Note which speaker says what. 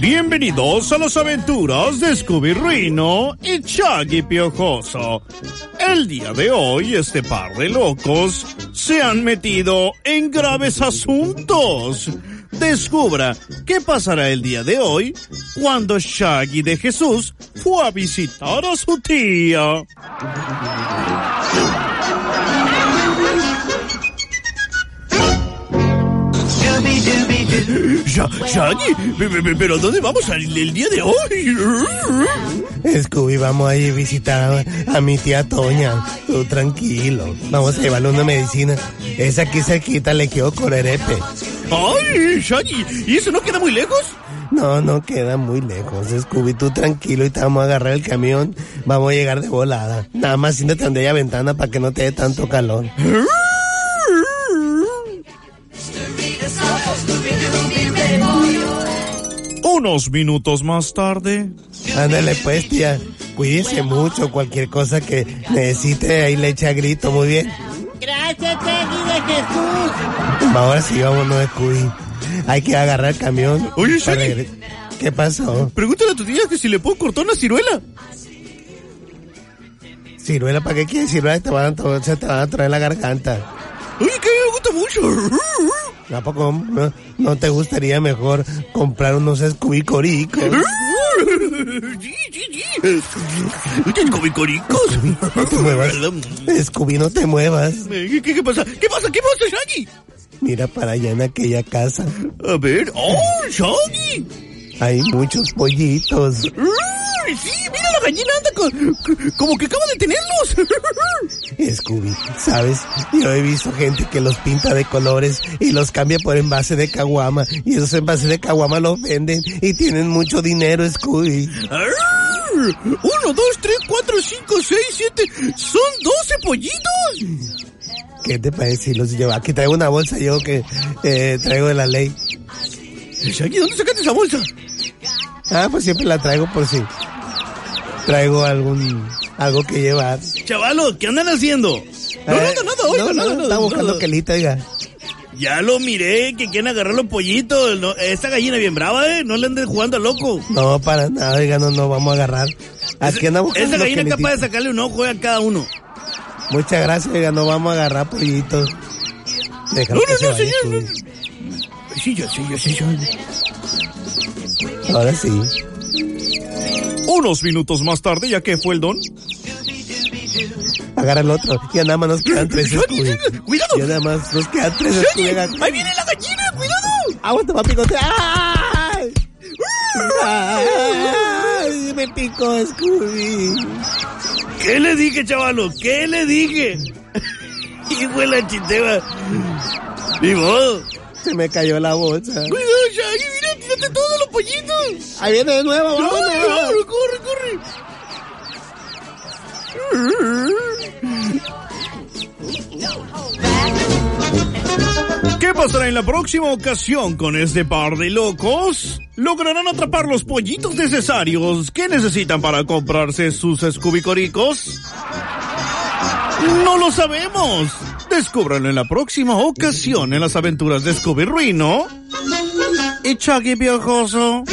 Speaker 1: Bienvenidos a las aventuras de Scooby Ruino y Chaggy Piojoso. El día de hoy este par de locos se han metido en graves asuntos. Descubra qué pasará el día de hoy cuando Shaggy de Jesús fue a visitar a su tía. Ya, Shaggy, pe- pe- pe- pero ¿dónde vamos a ir el día de hoy?
Speaker 2: Scooby, vamos a ir a visitar a mi tía Toña. Tú tranquilo. Vamos a llevarle una medicina. Esa aquí cerquita le quedó corerepe.
Speaker 1: Ay, Shaggy, ¿y eso no queda muy lejos?
Speaker 2: No, no queda muy lejos, Scooby. Tú tranquilo y te vamos a agarrar el camión. Vamos a llegar de volada. Nada más siéntate donde haya ventana para que no te dé tanto calor.
Speaker 1: Unos minutos más tarde.
Speaker 2: Ándale pues, tía. Cuídese mucho. Cualquier cosa que necesite, ahí le echa grito. Muy bien.
Speaker 3: Gracias, Chaggy de Jesús.
Speaker 2: Ahora sí, vámonos, Scooby. Hay que agarrar el camión.
Speaker 1: Oye,
Speaker 2: para
Speaker 1: Shaggy.
Speaker 2: regre- ¿Qué pasó?
Speaker 1: Pregúntale a tu tía que si le puedo cortar una ciruela.
Speaker 2: Ciruela, ¿para qué quieres ciruela? Te van a, to- se te van a traer la garganta.
Speaker 1: Oye, que a mí me gusta mucho.
Speaker 2: ¿A poco no, no te gustaría mejor comprar unos escubicoricos?
Speaker 1: Sí, sí, sí. Tengo mis coricos.
Speaker 2: No te muevas. Scooby, no te muevas.
Speaker 1: ¿Qué, qué- qué pasa? ¿Qué pasa? ¿Qué pasa, Shaggy?
Speaker 2: Mira para allá en aquella casa.
Speaker 1: A ver. ¡Oh, Shaggy!
Speaker 2: Hay muchos pollitos.
Speaker 1: ¡Ay, Sí, mira la gallina anda con- co- como que acaba de tenerlos.
Speaker 2: Scooby, ¿sabes? Yo he visto gente que los pinta de colores y los cambia por envase de caguama. Y esos envases de caguama los venden y tienen mucho dinero, Scooby.
Speaker 1: Arr, Uno, dos, tres, cuatro, cinco, seis, siete. Son doce pollitos.
Speaker 2: ¿Qué te parece si los llevo? Aquí traigo una bolsa yo que eh, traigo de la ley.
Speaker 1: Shaggy, ¿dónde sacaste esa bolsa?
Speaker 2: Ah, pues siempre la traigo por si traigo algún algo que llevar.
Speaker 1: Chavalo, ¿qué andan haciendo? No,
Speaker 2: Eh,
Speaker 1: no, no, nada, oiga,
Speaker 2: no,
Speaker 1: nada, nada,
Speaker 2: Estaba buscando
Speaker 1: nada.
Speaker 2: que quelita, oiga.
Speaker 1: Ya lo miré, que quieren agarrar los pollitos. No, esta gallina bien brava, ¿eh? No le anden jugando a loco.
Speaker 2: No, para nada, oiga, no, no, vamos a agarrar. Aquí anda buscando
Speaker 1: Esa
Speaker 2: los
Speaker 1: gallina es capaz de
Speaker 2: quelititos.
Speaker 1: sacarle un ojo eh, a cada uno.
Speaker 2: Muchas gracias, oiga, no vamos a agarrar pollitos. Deja
Speaker 1: No,
Speaker 2: que se
Speaker 1: no, no,
Speaker 2: vaya,
Speaker 1: señor. no,
Speaker 2: Scooby.
Speaker 1: no. Sí, yo, sí, yo, sí, yo.
Speaker 2: Ahora sí.
Speaker 1: Unos minutos más tarde, ya que fue el don.
Speaker 2: Agarra el otro. Ya nada más nos quedan tres, Scooby.
Speaker 1: Cuidado.
Speaker 2: Ya nada más nos quedan tres, Scooby.
Speaker 1: ¡Shaggy!
Speaker 2: oiga.
Speaker 1: ¡Ahí viene la gallina! ¡Cuidado!
Speaker 2: ¡Agua te va a picotear! ¡Ay! ¡Ay! ¡Me picó Scooby!
Speaker 1: ¿Qué le dije, chavalo? ¿Qué le dije? Hijo de la chiteba. Ni modo.
Speaker 2: Se me cayó la bolsa.
Speaker 1: Cuidado, Shaggy. Mira, tírate todos los pollitos.
Speaker 2: ¡Ahí viene de nuevo!
Speaker 1: ¡No,
Speaker 2: ¡Vámonos!
Speaker 1: no, corre, corre! ¿Qué pasará en la próxima ocasión con este par de locos? ¿Lograrán atrapar los pollitos necesarios que necesitan para comprarse sus escubicoricos? No lo sabemos. Descúbranlo en la próxima ocasión en las aventuras de Scooby Ruino y Chucky Piojoso.